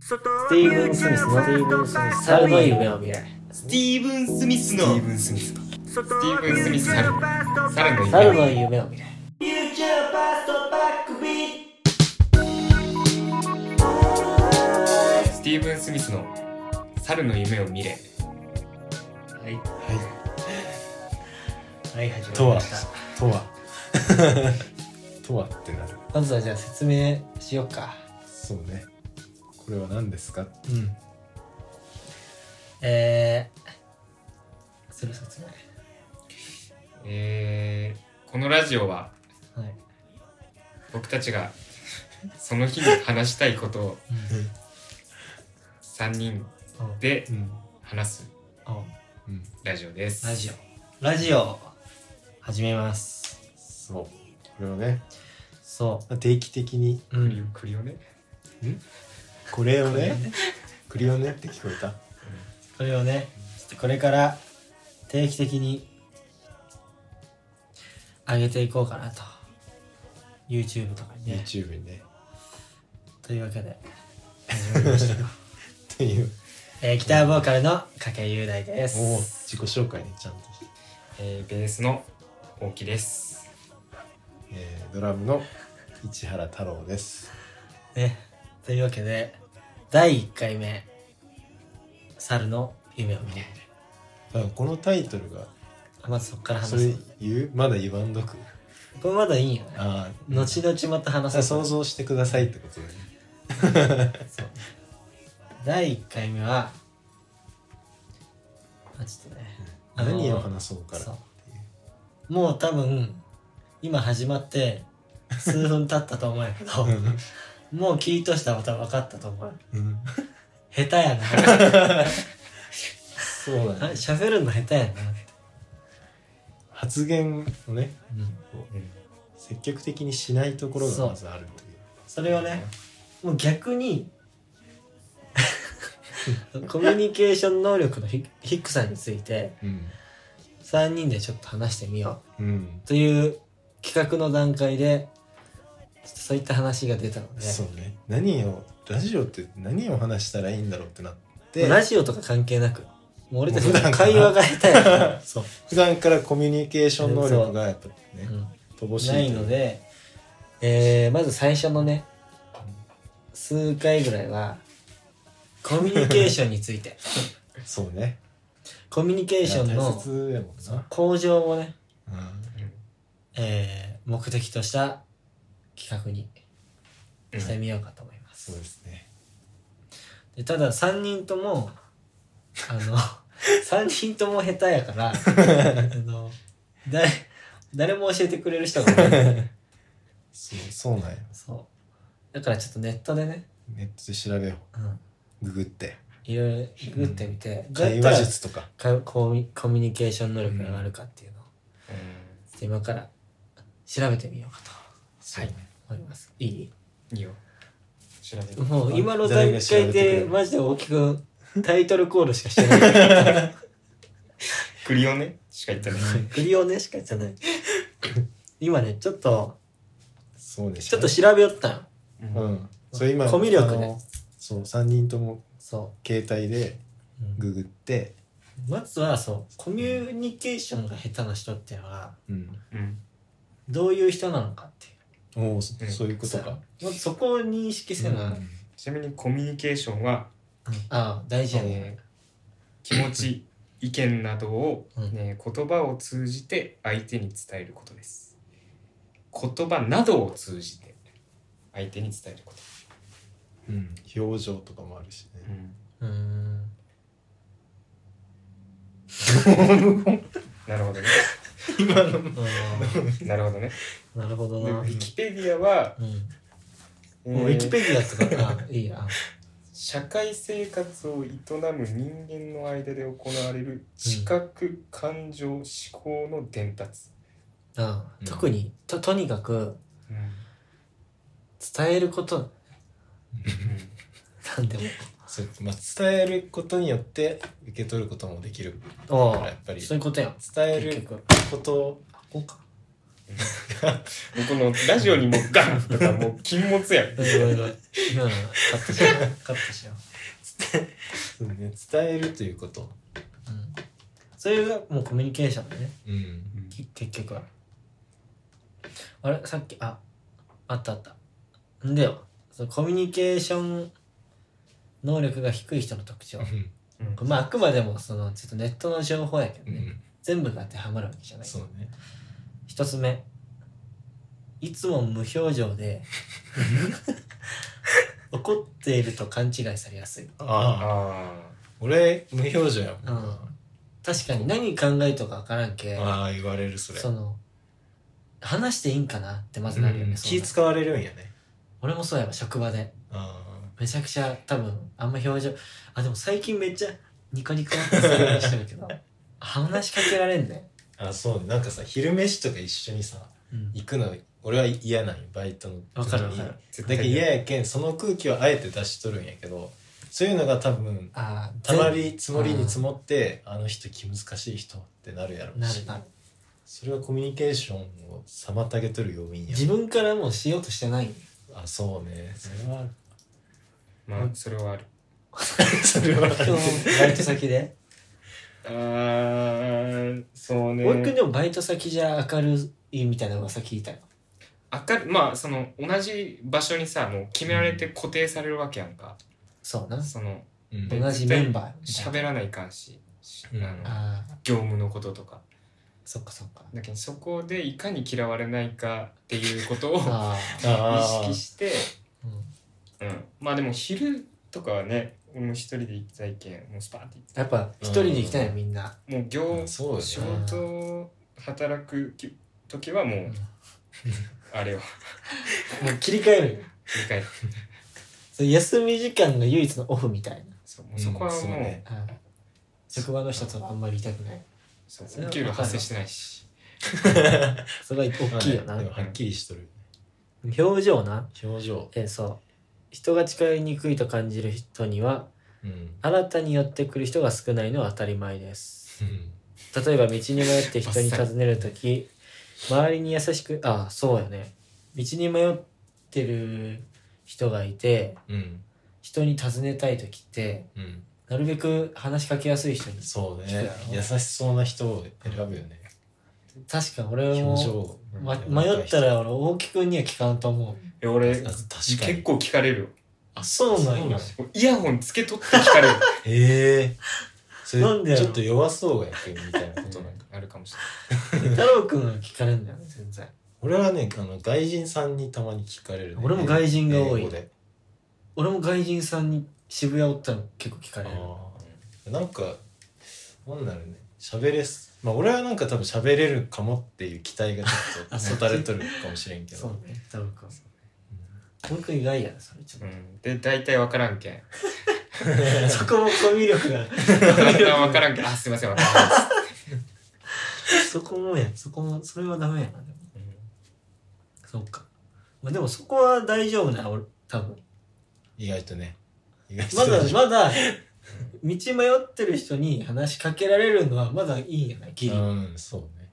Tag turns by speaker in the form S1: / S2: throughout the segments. S1: スティーブン・スミスの
S2: スティーブンスミス
S1: サウの夢を見ない
S3: スティーブン・スミス
S2: スティ
S3: の
S2: ーブン・スミスか
S1: スティ
S3: ーブンスミス猿猿の
S1: 猿の夢を見ない
S3: スティーブン・スミスの猿の夢を見れ
S1: はい
S2: は
S1: はい始
S2: い
S1: ま
S2: と
S1: り
S2: は
S1: ました
S2: とは とはってなる
S1: まずはじゃあ説明しようか
S2: そうねこれは何ですか
S1: うんえー、する説明
S3: えー、このラジオは
S1: はい、
S3: 僕たちがその日に話したいことを3人
S1: うんうん
S3: で
S2: うん
S3: 話す
S1: うん
S2: うん
S3: ラジオです
S1: ラジオラジオ始めます
S2: そうこれをね
S1: そ
S2: 定期的に
S1: う、う
S3: クリオ
S1: ん、
S3: クリオね
S2: これをねクリオネって聞こえた
S1: これをねちょっとこれから定期的に上げていこうかなと YouTube とかにね
S2: YouTube にね
S1: というわけで始まりましたよ
S2: という
S1: えーギターボーカルの掛け雄大で
S2: おお
S1: す
S2: 自己紹介にちゃんとして、
S3: えー、ベースの大木です
S2: えードラムの市原太郎です
S1: ねというわけで第1回目猿の夢を見る
S2: だからこのタイトルが
S1: まずそこから
S2: そ
S1: 話
S2: れ
S1: す
S2: 言うまだ言わんどく
S1: これまだいいよね
S2: ああ
S1: 後々また話そう
S2: 想像してくださいってことだね
S1: そう第1回目はあちょっとねあのー
S2: 何を話そうから
S1: そう
S2: っていう
S1: もう多分今始まって数分経ったと思うんやけどもう聞いとしたらまた分かったと思う
S2: うん
S1: 下手 やな
S2: そうだね
S1: 喋るの下手やなって、
S2: 発言をねこう
S3: うん
S2: 積極的にしないところがまずあるという
S1: それをねもう逆 にコミュニケーション能力のひ低さについて
S2: うん
S1: 3人でちょっと話してみよう
S2: うん
S1: という企画の段階でちょっとそういった話が出たので
S2: そうね何をラジオって何を話したらいいんだろうってなって
S1: ラジオとか関係なくもう俺たち
S2: もう普段から
S1: 会話が下手やから そう、
S2: 普段からコミュニケーション能力がやっぱね
S1: うん
S2: 乏しいと
S1: な
S2: う
S1: いので、えーまず最初のね数回ぐらいはコミュニケーションについて
S2: そうね
S1: コミュニケーション
S2: 大
S1: の
S2: 切やもんな
S1: 向上をね、
S2: うん
S1: えー目的とした企画に
S3: うん
S1: してみようかと思います。
S2: そうですね
S1: でただ3人ともあ の3人とも下手やからあの誰誰も教えてくれる人がいない
S2: そうそうなんよ
S1: そうだからちょっとネットでね、
S2: ネットで調べよ
S1: うん、
S2: うググって
S1: いろいろグってみて、どうや
S2: 会
S1: ったら
S2: 話術とか
S1: かコミコミュニケーション能力が上がるかっていうのを、
S3: う
S1: 今から調べてみようか
S2: そうね
S1: と思いますいい
S3: んいいよ調べて
S1: もう今の段
S2: 誰が調べ
S1: 階
S2: てくれ
S1: で
S2: る
S1: マジで大きくタイトルコールしか してない
S3: クリオねしか言ってない
S1: クリオネしかじゃない今ねちょっと
S2: そうね
S1: ちょっと調べよったん
S3: うん
S2: うんそれ今
S1: コミュ力ね
S2: あのそう3人とも
S1: そ
S2: 携帯で
S1: う、
S2: ググって
S1: まずはそうコミュニケーションが下手な人っていうのは
S2: うん
S3: うん
S1: どういう人なのかっていう
S2: おおそ
S3: うん
S2: そういうことか
S1: まずそこを認識せな、
S3: う
S1: あ
S3: んちなみにコミュニケーションは、
S1: あ大事やね
S3: えー気持ち意見などを、
S1: うん
S3: ね、言葉を通じて相手に伝えることです言葉などを通じて相手に伝えること、
S2: うん表情とかもあるしね
S1: うーん
S3: な るほどね
S1: あ
S3: なるほどね
S1: ーなるほど
S3: で
S1: な、
S3: ウィキペディアは、
S1: うん
S3: え
S1: もう
S3: ー
S1: ウィキペディアとかあいいや
S3: 社会生活を営む人間の間で行われる知覚感情思考の伝達、
S1: あ
S2: うん
S1: 特にととにかく
S3: うん
S1: 伝えること
S3: うん
S1: なんでも
S2: そうまあ伝えることによって受け取ることもできる
S1: お
S2: だからやっぱ
S1: う
S2: り
S1: そういうことやん
S2: 伝え
S1: 結
S2: る
S1: 局
S2: こと
S1: こうか
S3: もうこのラジオにもうガンとかもう禁物やん。
S1: ごめんごめんごめん今のカットしようカットしよ
S2: そうね伝えるということ
S1: う、うん、それがもうコミュニケーションだね
S2: うん
S1: き結局はあれさっきああったあったんでよそのコミュニケーション能力が低い人の特徴
S3: うん
S1: まああくまでもそのちょっとネットの情報やけ
S2: う
S1: どね、
S2: ん
S1: 全部が当てはまるわけじゃない
S2: そうね
S1: 一つ目いつも無表情で 怒っていると勘違いされやすい
S2: ああ
S3: あ
S2: 俺無表情やもん
S1: う
S2: な、
S1: 確かに何考えとかわからんけ
S2: ああ言われるそれ
S1: その話していいんかなってまずなるよね、
S2: うん
S1: そんな
S2: 気使われるんやね
S1: 俺もそうやわ職場で
S2: あ
S1: めちゃくちゃ多分あんま表情あでも最近めっちゃニコニコってしてるけ ど話しかけられんね、
S2: ーあそうなんかさ昼飯とか一緒にさ
S1: うん、
S2: 行くの俺は嫌なんよバイトの
S1: わかるわかる
S3: あ。
S2: だけど
S3: や
S2: 嫌やけんその空気をあえて出しとるんやけどそういうのが多分
S1: あー
S2: たまり積もりに積もってあの人気難しい人ってなるやろう
S1: な
S2: し
S1: るなる
S2: それはコミュニケーションを妨げとる要因や
S1: 自分からもうしようとして ない
S2: あそうねそれは
S3: まあ、それはある。
S2: それは
S1: 今日バイト先で
S3: あー、そうね。
S1: 大木君でもバイト先じゃ明るいみたいな噂聞いたよ
S3: 明るまあその同じ場所にさもう決められて固定されるわけやんか、
S1: そうな
S3: その
S2: うん
S1: 同じメンバーみたいな
S3: 喋らないかんし、し
S2: うん
S3: あの
S1: ああ
S3: 業務のこととか
S1: そっかそっか
S3: だけどそこでいかに嫌われないかっていうことを意
S1: あ
S2: あ
S3: 識して、
S1: あ、うん、
S3: うん、まあでも昼とかはね俺も一人で行きたいけんもうスパーって行
S1: やっぱ一人で行きたいよみんな、
S3: ってもう
S2: あ
S3: 業
S2: うんそう
S3: 仕
S2: よね
S3: 事働くき時はもう、
S1: うん
S3: あれを
S1: もう切り替えるよ
S3: 理解
S1: それ休み時間が唯一のオフみたいな
S3: そうもうそこはもう,、
S2: うんそうね
S1: うん職場の人とはあんまりいたくない
S3: そうお給料発生してないし
S1: それは大きいよな、
S2: まあねでもはっきりしとる
S1: 表情な
S2: 表情
S1: えーそう人が近寄りにくいと感じる人には
S2: うん
S1: 新たに寄ってくる人が少ないのは当たり前です
S2: うん
S1: 例えば道に迷って人に尋ねる時周りに優しくあそうよね道に迷ってる人がいて
S2: うん
S1: 人に尋ねたい時って
S2: うん
S1: なるべく話しかけやすい人に
S2: そう
S1: そう
S2: ね
S1: やろ
S2: 優しそうな人を選ぶよね
S1: 確か俺も
S2: 表情
S1: ま、迷ったら俺大木君には聞かんと思う
S3: え俺
S2: あ確かに
S3: 結構聞かれるよ
S1: あそうなんや
S3: もうイヤホンつけとって聞かれる、
S2: へ えそれ
S1: なんでやろ
S2: ちょっと弱そうやけんみたいなことなんだ
S3: あるかもし
S1: 太郎君は聞かれんだよね全然
S2: 俺はねあの外人さんにたまに聞かれる、ね、
S1: 俺も外人が多い
S2: 英語で
S1: 俺も外人さんに渋谷おったの結構聞か
S2: あ
S1: れる
S2: ーなんかなんだろうね喋れすまあ俺はなんか多分喋れるかもっていう期待がちょっ
S1: あ
S2: と
S1: そっ
S2: 持
S1: ち
S2: たれとるかもしれんけ
S1: そ
S2: ど
S1: うね太郎君大木君意外やなそれちょっ
S3: れない、うん、で大体分からんけん
S1: とそこもコミュ力が
S3: だんだん分からんけんあすいません分からんで
S1: そこもやそこもそれはダメやなでも
S3: す、うん
S1: そうか、まあ、でもそこは大丈夫な俺多 分
S2: 意外とね意外と
S1: まだま だ道迷ってる人に話しかけられるのはまだいいんやなギリ、うん
S2: うんそうね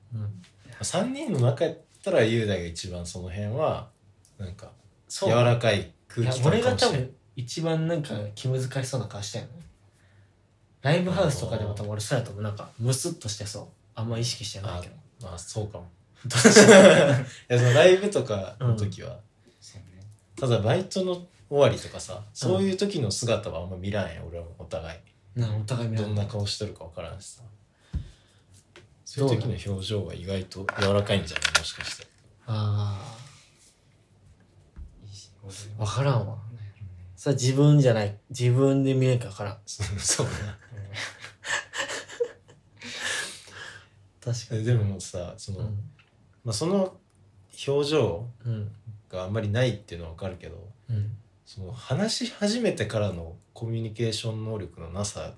S2: 3人の中やったら雄大が一番その辺はなんか
S1: そ
S2: 柔
S1: う
S2: らかい
S1: い
S2: 空
S1: や
S2: 気
S1: 俺
S2: 感か
S1: が多
S2: もしれない
S1: 分一番なんか気難しそうな顔したよねライブハウスとかでも多分俺そうやと思うなんかムスッとしてそうあんま意識してないけど
S2: まあそうかも いやそのライブとかの時は、
S3: そうね
S2: ただバイトの終わりとかさそういう時の姿はあんま見らんやん俺はお互い
S1: なあお互い見ら
S2: ど
S1: れ
S2: んな顔してるか分からんしさそういう時の表情が意外と柔らかいんじゃないもしかして
S1: あ
S3: いいし
S1: あ分からんわそれは自分じゃない自分で見れんから分からん
S2: そうそうね
S1: 確かに
S2: えでもさその,、
S1: うん
S2: まあ、その表情
S1: うん
S2: があんまりないっていうのは分かるけど
S1: うん
S2: その話し始めてからのコミュニケーション能力のなさ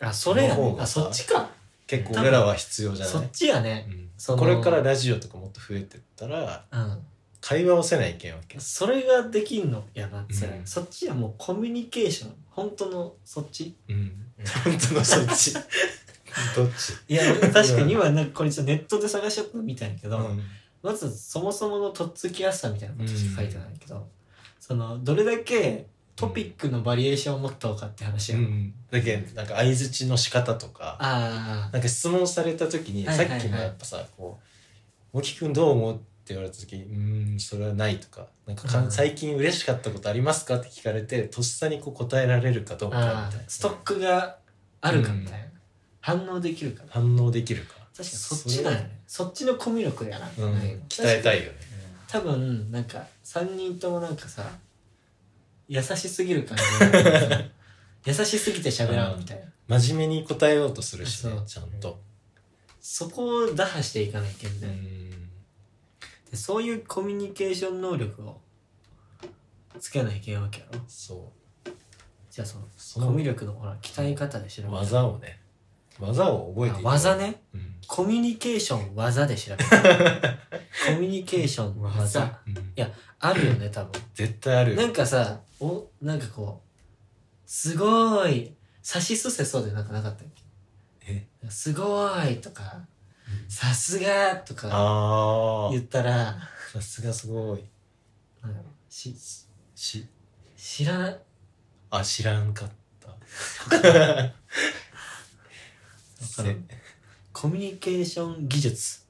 S1: あそれや
S2: の
S1: ね
S2: 方
S1: あ
S2: がさ
S1: そっちか
S2: 結構俺らは必要じゃ
S1: そ
S2: な
S1: っ
S2: い、
S1: ちやね
S2: うん
S1: その
S2: これからラジオとかもっと増えてったら
S1: うん
S2: 会話をせないけんわけ
S1: それができんのやなつらい
S3: うん
S1: そっちやもうコミュニケーション本当のそっち
S2: うん本当のそっ ちどっち
S1: いや確かに今なんかこれちょっとネットで探しちゃったみたいだけど、
S2: うん
S1: まずそもそものとっつきやすさみたいなことしか書いてないけど、そのどれだけトピックのバリエーションを持ったのかって話
S2: う
S1: や、
S2: ん、だけどなんか相づちの仕方とか
S1: ああ
S2: なんか質問された時に、
S1: はいはいはい
S2: さっきもやっぱさこう「大木君どう思う?」って言われた時「うーんそれはない」とか「なんかかん
S1: うん
S2: 最近嬉しかったことありますか?」って聞かれてとっさにこう答えられるかどうかみ
S1: あ
S2: たい
S1: ー
S2: な
S1: ストックがあるかみたいな、反応できるかな確か
S2: 反応できるか
S1: にそっちだよねそっちのコミュ力やな、
S2: それうん、
S1: はい
S2: 鍛えたいよね
S1: 多分なんか3人ともなんかさ優しすぎる 感じなんだけどさ優しすぎて喋らんみたいな、
S2: 真面目に答えようとするしね
S1: そう
S2: ちゃんと
S1: そこを打破していかないけいけ
S2: う
S1: ない、
S2: ん
S1: でそういうコミュニケーション能力をつけないといけないわけやろ
S2: そう
S1: じゃあその
S2: そ
S1: コミュ
S2: の
S1: 力のほら鍛え方で調べる
S2: 技をね技を覚えてい
S1: あ
S2: く
S1: 技ね
S2: うん
S1: コミュニケーション技で調 べるコミュニケーション技
S2: うん
S1: あるよね多分
S2: 絶対 あるよ
S1: なんかさおなんかこうすごーい指しすせそうでなんかなかったっ
S2: え
S1: けすごーいとかさすがーとか
S2: あ
S1: 言ったら
S2: あさすがすごい
S1: なんかし
S2: し
S1: 知らない
S2: あ知らんかった
S1: からんコミュニケーション技術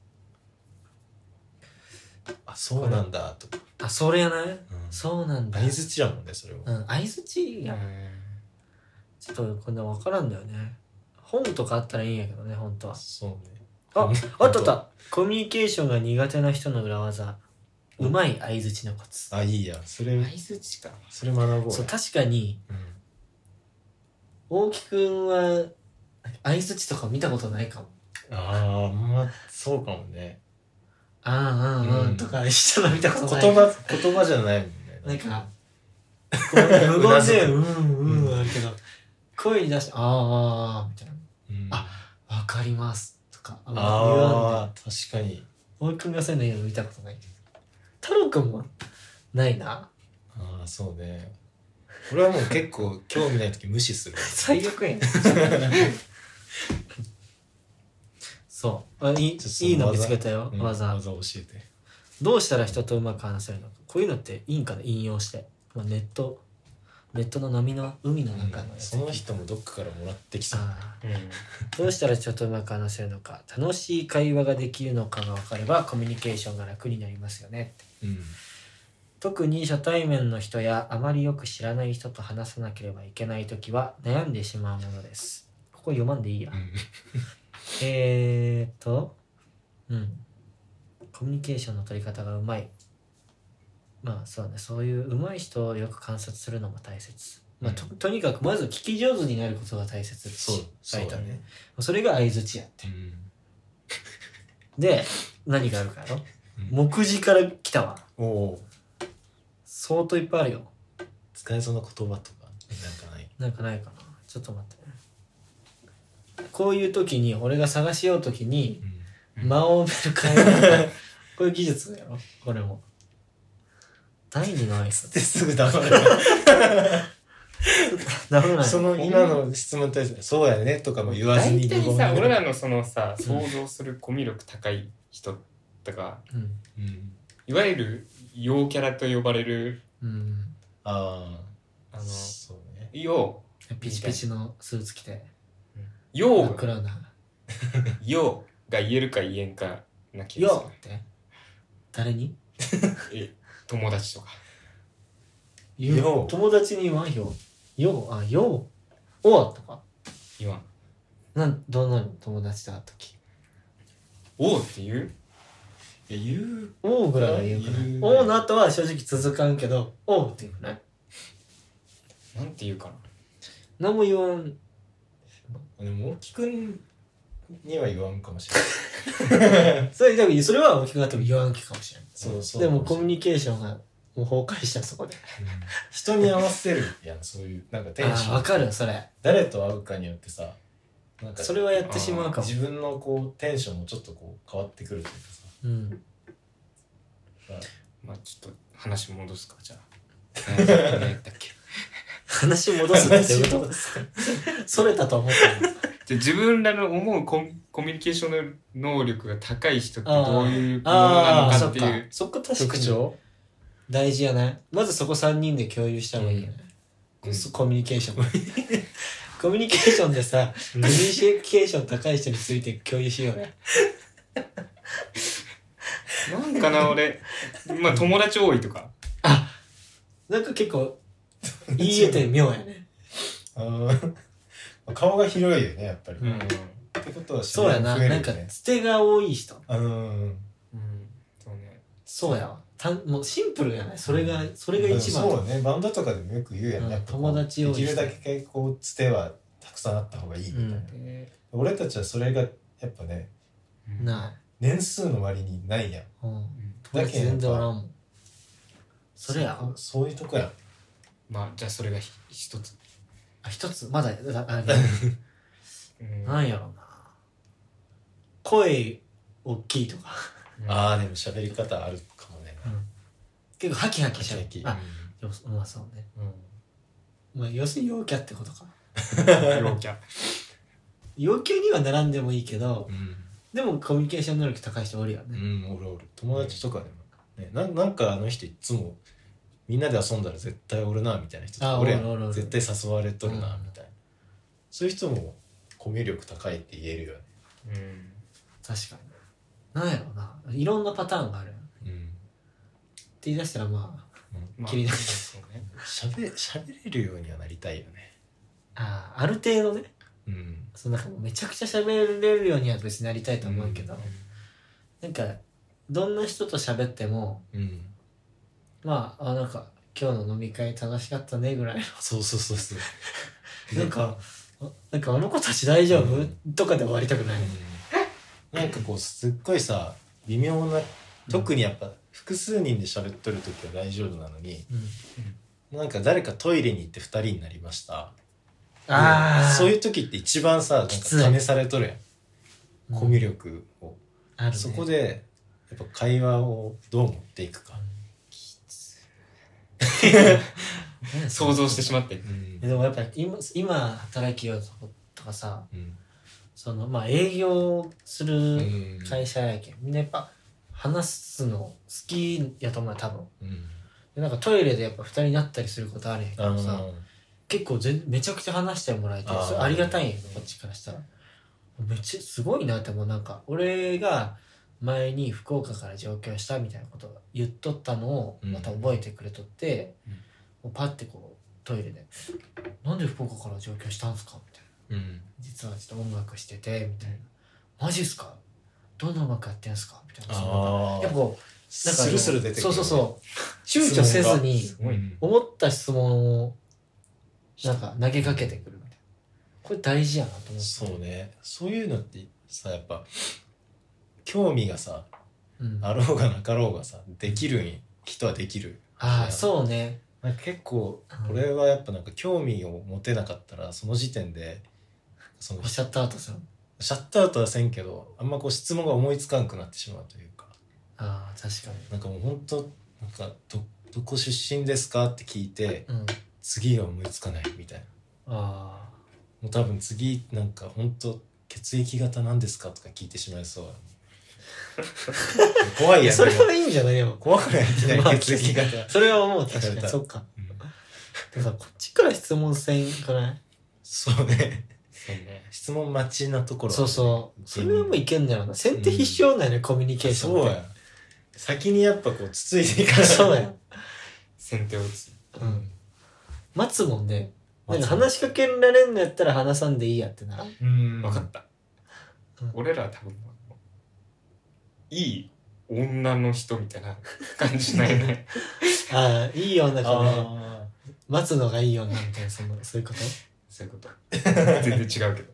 S2: あそうなんだとか、
S1: あそれやない
S2: うん
S1: そうなんだ
S2: 相づちだもんねそれは、
S1: うん相づちやんちょっとこんな分からんだよね本とかあったらいいんやけどね本当は
S2: そうね
S1: あ
S2: うん
S1: あったあったコミュニケーションが苦手な人の裏技うまい相づちのコツ
S2: あいいやそれ
S3: づちか
S2: それ学ぼう
S1: そう
S2: よ
S1: 確かに
S2: うん
S1: 大木くんは相づちとか見たことないかも
S2: ああまあそうかもね
S1: あーあーあー
S2: うん
S1: とかしたの見た
S2: 言
S1: こと
S2: 葉
S1: ない
S2: 言葉じゃないもんね
S1: なんかこう無
S2: うな
S1: 言
S2: ず
S1: で
S2: く
S1: うんうんあるけど声に出してあーあーあーみたいな
S2: うん
S1: わかりますとかあんま言わんで
S2: あー確かに
S1: 大井君がそういうの言うの見たことない太郎君もないな
S2: ああそうね俺はもう結構興味ない時無視す る
S1: 最悪やん そうあいい
S2: ちょっと
S1: いいの見
S2: 技
S1: つけたよ、
S2: うん
S1: 技
S2: 技教えて
S1: どうしたら人とうまく話せるのかこういうのっていいんかな引用して、まあ、ネットネットの波の海の中のやつ
S2: その人もどっかからもらってきそう
S1: あ
S3: うん
S1: ーどうしたら人とうまく話せるのか楽しい会話ができるのかが分かればコミュニケーションが楽になりますよね
S2: うん
S1: 特に初対面の人やあまりよく知らない人と話さなければいけない時は悩んでしまうものです。ここ読まんでいいや
S2: う。ん
S1: えーっと、うん。コミュニケーションの取り方がうまい。まあそうね、そういううまい人をよく観察するのも大切。まあ、ととにかくまず聞き上手になることが大切って
S2: そう
S1: 書いてある
S2: そうだね
S1: それが相づちやって。
S2: うん
S1: で、何があるかやろ
S2: うん
S1: 目次から来たわ。
S2: おお
S1: 相当いっぱいあるよ。
S2: 使えそうな言葉とかなんかない
S1: なんかないかなちょっと待ってねこういう時に俺が探しよう時に
S2: うん
S1: 間を埋める会話こういう技術やろこれも第二の挨
S2: で
S1: 拶
S2: すぐ黙る
S1: ダメな
S2: そ
S1: の
S2: の今の質問に対して「そうやね」とかも言わずに
S3: 大体さ
S2: 無言で
S3: 俺らのそのさ想像するコミュ力高い人とか
S1: うん
S2: うん
S3: いわゆる陽キャラと呼ばれる
S1: うん
S2: あ
S3: あ
S2: あ
S3: の
S2: そうね
S3: 陽
S1: ピチピチのスーツ着て
S3: 陽
S1: 真っ
S3: が
S1: 暗な
S3: 陽が言えるか言えんか
S1: 「
S3: な気が
S1: よ!」って誰に
S3: するえ友達とか
S1: 言う
S2: よ
S1: 友達に言わんよ「よ」あ「よ」「お」とか
S3: 言わん
S1: なんどうなるの友達と会った時
S3: 「おう」って言う
S2: いや言う
S1: 「お」ぐらいは言うかな
S2: 言
S1: 「
S2: う
S1: お」の後は正直続かんけど「お」って言うかな
S3: なんて言うかな
S1: 何も言わん
S2: でも大木君には言わんかもしれない
S1: それでもそれは大きくなっても言わんきかもしれない
S2: そうそう
S1: でもコミュニケーションがもう崩壊したそこで
S2: うん人に合わせるやんそういうなんか
S1: あ
S2: テンシ
S1: ー
S2: ョ
S1: わ
S2: ン
S1: かるそれ
S2: 誰と会うかによってさなんか
S1: それはやってしまうかも
S2: 自分のこうテンションもちょっとこう変わってくるというかさ
S1: うん
S3: まあちょっと話戻すかじゃ あ何だっけ
S1: 話戻すっていうこ
S2: 話を
S1: とそれたと思ったの
S3: じゃあ自分らの思うコミコミュニケーションの能力が高い人ってどういうものなの
S1: ああ
S3: か
S1: そ
S3: っ
S1: ってか
S3: いう
S1: そっか確か
S2: 特
S1: に
S2: 徴
S1: 大事やねまずそこ3人で共有した方がいいよね、
S2: うん
S1: そコミュニケーションコミュニケーションでさコミュニケーション高い人について共有しようね
S3: なんか な俺まあ友達多いとか
S1: あなんか結構言い得て妙や ね
S2: あー 顔が広いよねやっぱり、
S3: うん
S2: ってことは知り
S1: そう
S2: 合
S1: や
S2: いも
S1: な、
S2: 増える
S1: な
S2: よ
S1: んか
S2: ね
S1: つてが多い人
S2: あのー
S3: そうね
S1: そうやわたもうシンプルやねそれがそれが一番
S2: そうねバンドとかでもよく言うやん、
S1: うん
S2: やっぱこう
S1: 友達を
S2: できるだけこうつてはたくさんあった方がいいみたいな、
S3: で
S2: 俺たちはそれがやっぱね
S3: うん
S1: な
S2: 年数の割にないやん
S1: い、うん、
S3: うん
S1: 友達全然おらんもんそれやわ
S2: うそういうとこやん
S3: まあじゃあそれがひ一つ
S1: あ一つまだだあ
S3: うん
S1: なんやろな声大きいとか
S2: ああでも喋り方あるかもね
S1: 結構ハキハキしゃ
S2: キ
S1: べ
S2: ャ
S1: るあ
S2: キ
S1: よまあそうね、まあ、要するに陽キャってことか
S3: 陽キャ
S1: 陽キャには並んでもいいけど
S2: うん、
S1: でもコミュニケーション能力高い人おるよ
S2: う
S1: ね、
S2: ん、おるおる友達とかでも、ね、なんなんかあの人いっつもみんなで遊んだら絶対おるなみたいな人と
S1: あ
S2: か
S1: ー
S2: おるやん
S1: おるおるおる
S2: 絶対誘われとるな
S1: うん
S2: みたいな、そういう人もコミュ力高いって言えるよね
S3: うん
S1: 確かになんやろないろんなパターンがあるって
S2: うん
S1: 言い出したらまあ
S3: まあ
S1: 気になる
S3: そうね
S2: しゃべしゃべれるようにはなりたいよね
S1: ああある程度ね
S2: うん
S1: そのなんかもうめちゃくちゃ喋れるようには別になりたいと思うけど、なんかどんな人と喋っても
S2: うん
S1: まああなんか今日の飲み会楽しかったねぐらい
S2: そうそうそうそう
S1: の なんかあなんかあの子たち大丈夫、
S2: うん
S1: とかで終わりたくない、
S2: うんなんかこうすっごいさ微妙な特にやっぱ複数人で喋っとる時は大丈夫なのになんか誰かトイレに行って2人になりました
S1: ああ
S2: そういう時って一番さなんか
S1: きつい
S2: 試されとるやんコミュ力を、
S1: あるね
S2: そこでやっぱ会話をどう持っていくか、
S1: ね
S3: 想像してしまって
S2: うん
S1: でもやっぱ今今働きようとかさ
S2: うん
S1: そのまあ営業す
S2: う
S1: る
S2: ん
S1: 会社やけんみんなやっぱ話すの好きやと思うよ多分
S2: うん
S1: でなんかトイレでやっぱ二人になったりすることあるんやけ
S2: あ
S1: ど
S2: の
S1: さ、結構全めちゃくちゃ話してもらえて
S2: あー
S1: それありがたいんよこっちからしたらめっちゃすごいなってもうなんか俺が前に福岡から上京したみたいなことを言っとったのを
S2: うん
S1: また覚えてくれとって、もうパッてこうトイレで「なんで福岡から上京したんすか?」みたいな
S2: うん
S1: 「実はちょっと音楽してて」みたいな「マジっすかどんな音楽やってんすか?」みたいなや
S2: あ
S1: っぱこう
S2: ス
S1: なんかあの
S2: ルスル出てくる、
S1: そうそう そう躊躇せずに
S3: すごいね
S1: 思った質問をなんか投げかけてくるみたいなこれ大事やなと思って
S2: そうねそういうのってさやっぱ興味がさ
S1: うん、
S2: あ
S1: あ
S2: ろうがなかろうがさできるん人はできる
S1: あそうね
S2: なんか結構
S1: うん
S2: 俺はやっぱなんか興味を持てなかったらその時点でその
S1: おっしゃった後さ
S2: シャットアウトはせんけどあんまこう質問が思いつかんくなってしまうというか
S1: ああ確か
S2: なんかもうほんとなんかどどこ出身ですかって聞いて
S1: にうん
S2: 次が思いつかないみたいな
S1: あ
S2: もう多分次なんかほんと血液型なんですかとか聞いてしまい そう怖
S1: あ
S2: いやん
S1: それ
S2: でも
S1: はいいんじゃないよ
S2: 怖くないいきなり
S1: まあ
S2: 血液型、
S1: それは思う
S2: 聞かれ
S1: 確かに
S2: た
S1: そっかでもさこっちから質問せんくない
S2: そうね
S3: そうね
S2: 質問待ちなところ
S1: そうそうそれはもういけんだよな先手必勝なんやね、コミュニケーション
S2: そう
S1: って
S2: や先にやっぱこうつついていかない
S1: そう や
S3: 先手を打つ
S1: うん待つもんねなんか
S2: 話
S1: 話しかけられんのやったら話さんでいいやってならん
S2: うん
S3: 分かった、
S1: うん
S3: 俺らは多分いい女の人みたいな感じな いね
S1: ああいいよなんかね
S2: あ
S1: 待つのがいいよなみたいなそのそういうこと、
S3: そういうこと全然違うけど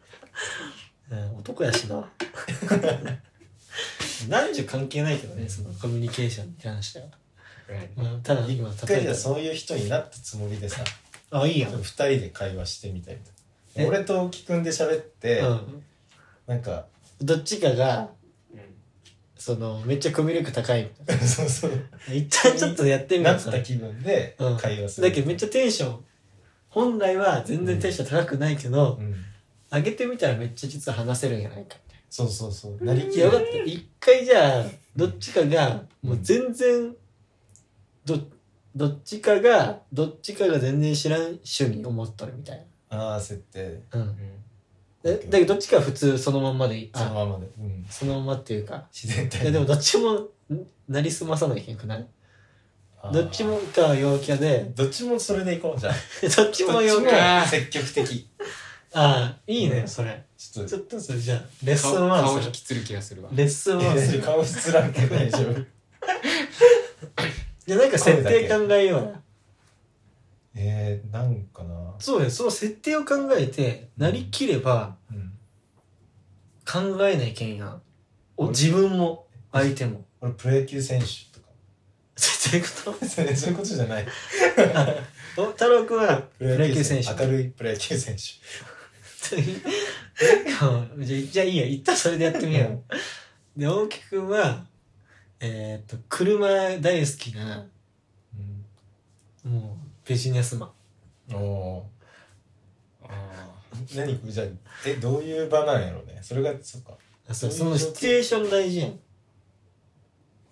S1: うん、男やしな 男女関係ないけどねそのコミュニケーションに関しては、
S3: はい
S1: まあ、ただ今
S2: ー一
S1: 例
S2: 回
S1: え
S2: じゃ
S1: ば
S2: あそういう人になったつもりでさ
S1: あいいやん、う
S2: 二人で会話してみたい
S1: え
S2: な俺と木くんで喋って、
S1: ん、
S2: なんか
S1: どっちかが
S3: うん
S1: そのめっちゃコミュ力高いみたい
S2: そうそう
S1: な一旦ちょっとやってみ
S2: な
S1: よう
S2: っ
S1: さ
S2: た気分で
S1: うん
S2: 会話する、
S1: だけどめっちゃテンション本来は全然テンション高くないけど、
S2: うん
S1: 上げてみたらめっちゃ実は話せるんじゃないかみ
S2: そうそうそう。なりき
S1: たいなよ
S2: や
S1: か
S2: が
S1: っ
S2: った
S1: 一回じゃあどっちかがもう全然どどっちかがどっちかが全然知らん趣味を持っとるみたい
S2: ああ、設定。
S1: なうん
S3: うん
S1: でだけどどっちかは普通そのまんまでいい
S2: その
S1: あ
S2: ままで。うん。
S1: そのままっていうか
S2: 自然
S1: い
S2: 体
S1: やでもどっちもんなりすまさないけんくない
S2: あー
S1: どっちもかは陽キャ で
S2: どっちもそれでいこうじゃあ
S1: どっちも陽キャあ
S2: 積極的
S1: あいいね
S2: うん
S1: それ
S2: ちょっ
S1: ち
S2: と
S1: ょっとそれじゃあレッス
S4: 顔
S1: ンワン
S4: 顔
S1: す
S4: 引
S1: る
S4: きつる気がするわ
S1: レッスンワンする
S2: 顔映らんけど大丈夫
S1: じゃあなんか設定考えようよ
S2: えー、なんかな
S1: そうよその設定を考えてなりきれば
S2: うん
S1: 考えないけんやんお自分も相手 も
S2: 俺プロ野球選手とか
S1: そういうこ
S2: そういうことじゃない
S1: とお太郎くんはプロ野球選手
S2: 明るいプロ野球選手
S1: なんかじゃあじゃあいいよ一旦それでやってみようで大木くんはえーっと車大好きなもうビジネスマン
S2: うんお
S4: あ
S2: ー何じゃあえどういう場なんやろうねそれがそっか
S1: あそうそ
S2: そうい
S1: の
S2: う
S1: シチュエーション大事やん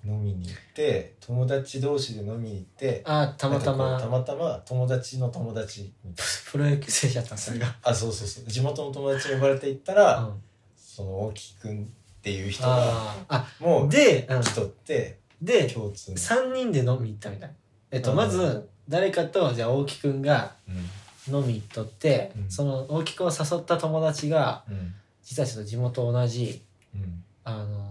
S2: 飲みに行って友達同士で飲みに行って
S1: あたまた
S2: なんかこ
S1: ま
S2: うたまたま友達の友達みたい
S1: プロ野球選手やったんそれが、
S2: なあそうそうそう地元の友達に呼ばれて行ったら、
S1: あ
S2: その大木くんっていう人が
S1: あーあ
S2: もう
S1: で、うん
S2: 来とって
S1: で
S2: 共通の
S1: 3人で飲み行ったみたいえっと
S2: うん
S1: まず誰かとじゃあ大木くんが
S2: う
S1: 飲み行っとって、
S2: うん
S1: その大木くんを誘った友達が
S2: んうん
S1: 実はちょっと地元同じ
S2: うん
S1: あの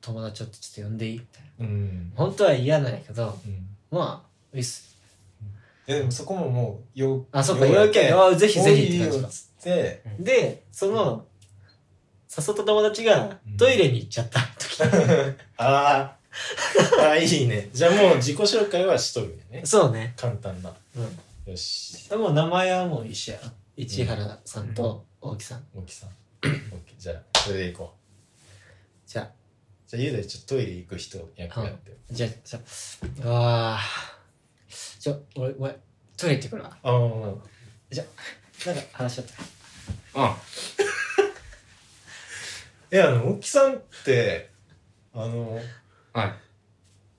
S1: 友達をちょっと呼んでいいみたいな
S2: うん
S1: 本当は嫌なんやけど
S2: うん
S1: まあいいっす
S2: いやでもそこももうよ
S1: あそっか
S2: よ
S1: 陽キャあぜひぜひって
S2: お
S1: 感
S2: いい
S1: じ
S2: よ
S1: か
S2: っつって
S1: でその誘った友達が
S2: うん
S1: トイレに行っちゃった時、
S2: あーあいいねじゃあもう自己紹介はしとるよね
S1: そうね、
S2: 簡単な
S1: うん
S2: よし
S1: でも名前はもう一緒や市原さんと大木さん、
S2: 大木さんオッケーじゃあそれでいこう
S1: じゃあ
S2: じゃあゆうだちょっとトイレ行く人役やって
S1: じゃあじゃああーちょ俺ごめんトイレ行ってくるわ
S2: ああ
S1: なんか話し合った
S4: あ
S2: えあの大木さんってあの
S4: うんは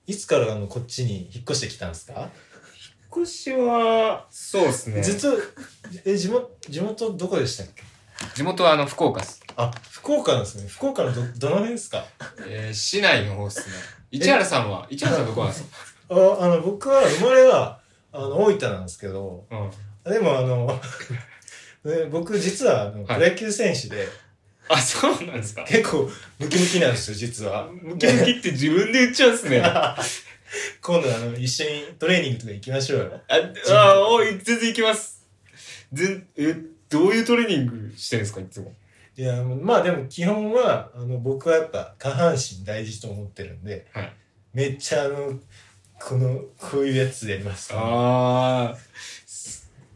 S4: い
S2: いつからあのこっちに引っ越してきたんですか
S3: 引っ越しはそうですね
S2: ずっとえ地元地元どこでしたっけ
S4: 地元はあの福岡っす、
S2: あ福岡なんですね福岡のどどの辺ですか
S4: えー、市内の方っすね市原さんは市原さんどこなんですか、
S2: ああの僕は生まれはあの大分なんですけど
S4: うん、
S2: でもあの ね僕実はあ
S4: はい
S2: の、プロ野球選手で
S4: あそうなんですか
S2: 結構ムキムキなんですよ実は
S4: ムキムキって自分で言っちゃうんすねあ
S2: 今度あの一緒にトレーニングとか行きましょうよ
S4: あおい全然行きます全えどういうトレーニングしてるんですかいつも
S2: いやまあでも基本はあの僕はやっぱ下半身大事と思ってるんで、
S4: はい
S2: めっちゃあのこのこういうやつでやります
S4: ああ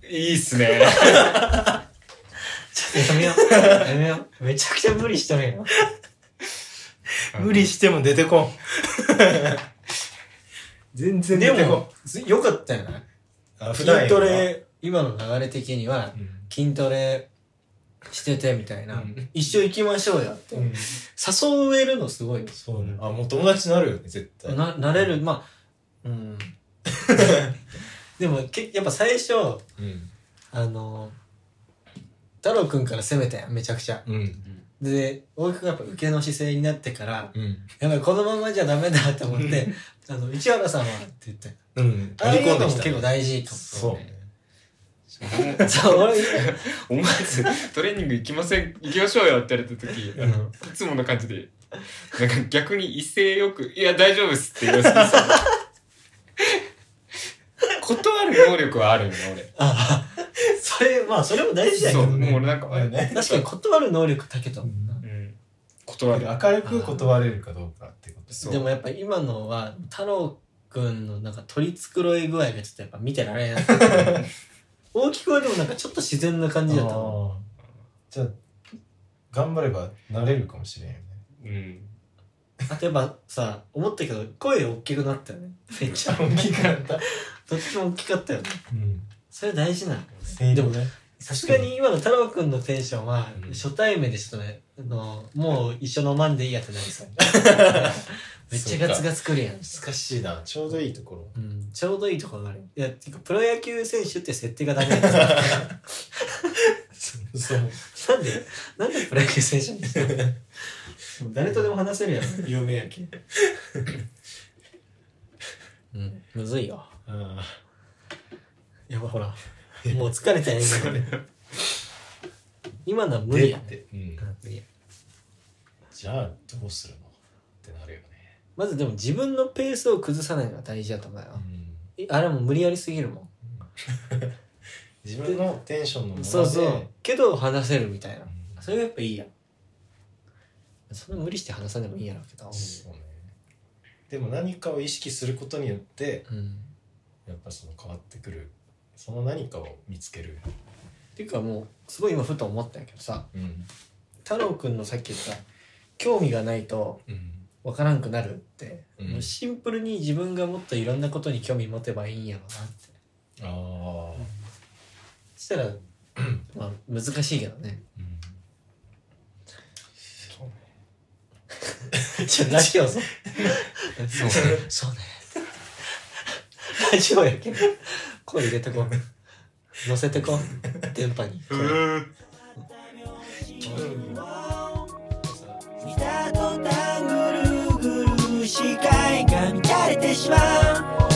S4: いいっすね
S1: ちょっとやめようやめようめちゃくちゃ無理しとるよ
S2: 無理しても出てこん全然
S1: で
S2: 出てこん
S1: もずよかったよな
S2: あ普
S1: 筋
S2: 段より
S1: ト
S2: は
S1: レ今の流れ的には
S2: うん
S1: 筋トレしててみたいな、
S2: うん
S1: 一緒行きましょうよって、
S2: うん
S1: 誘えるのすごい
S2: そうね。あ、もう友達になるよね、絶対。
S1: ななれるまあうん でもけやっぱ最初
S2: うん。
S1: あの太郎くんから攻めたやんめちゃくちゃ
S2: うん。
S1: で大木くんがやっぱ受けの姿勢になってから
S2: うん。
S1: やばいこのままじゃダメだと思って「あの市原さんは」って言って
S2: うん。
S1: ああいうのも
S2: ね
S1: 結構大事と
S2: そうね。
S4: も
S1: そう俺
S4: う思わずトレーニング行きません行きましょうよって言われた時あのいつもの感じでなんか逆に威勢よく「いや大丈夫っす」って言わせて断る能力はあるよね俺
S1: ああそれまあそれも大事だけ
S4: そ
S1: ど
S4: う、
S1: ね
S4: もう俺なんか、
S2: あれね。
S1: 確かに断る能力だけど、
S2: うん
S4: うん、断る。
S2: 明るく断れるかどうかってこと
S4: そう
S1: でもやっぱ今のは太郎くんのなんか取り繕い具合がちょっとやっぱ見てられない 大きくはでもなんかちょっと自然な感じだったもん
S2: あーじゃあ、頑張ればなれるかもしれんよね。
S4: うん。
S1: あとやっぱさ思ったけど声大きくなったよねめっちゃ
S2: 大きかった。
S1: どっちも大きかったよね
S2: うん。
S1: それ大事なの
S2: でもね。
S1: さすがに今の太郎くんのテンションは、
S2: うん
S1: 初対面でちょっとね、あの、もう一緒飲まんでいいやってなり そう。めっちゃガツガツくるやん。
S2: 難しいなちょうどいいところ
S1: うん、ちょうどいいところがある。いや、てかプロ野球選手って設定がダメ なんで
S2: そう
S1: すよなんで、なんでプロ野球選手にもう誰とでも話せるやん。
S2: 有名やけん
S1: うん、むずいよ。
S2: あ
S1: やばほら。もう疲れたやん今の。今のは無理やん。
S2: でうん
S1: うん無理や
S2: じゃあどうするのってなるよね
S1: まずでも自分のペースを崩さないのが大事だと思うよ
S2: う。ん
S1: いあれも無理やりすぎるもん。
S2: 自分のテンションのままで
S1: そうそう。けど話せるみたいな
S2: う。ん
S1: それがやっぱいいやん。そんな無理して話さんでもいいんやろうけど。
S2: そうねでも何かを意識することによって
S1: うん。
S2: やっぱその変わってくるその何かを見つける
S1: っていうかもう、すごい今ふと思ったんやけどさ、
S2: うん
S1: 太郎くんのさっき言った、興味がないと
S2: うん
S1: わからんくなるって、
S2: うん
S1: もうシンプルに自分がもっといろんなことに興味持てばいいんやろうなって。
S2: ああ
S1: そしたら、まあ難しいけどね。
S2: うん
S3: そうね
S1: ちょ、ラジオそう。
S4: そう
S1: そうね。ラジオやけど、声入れてこう。乗せてこう。電波に。
S4: うーん
S5: 見た途端ぐるぐる視界が乱れてしまう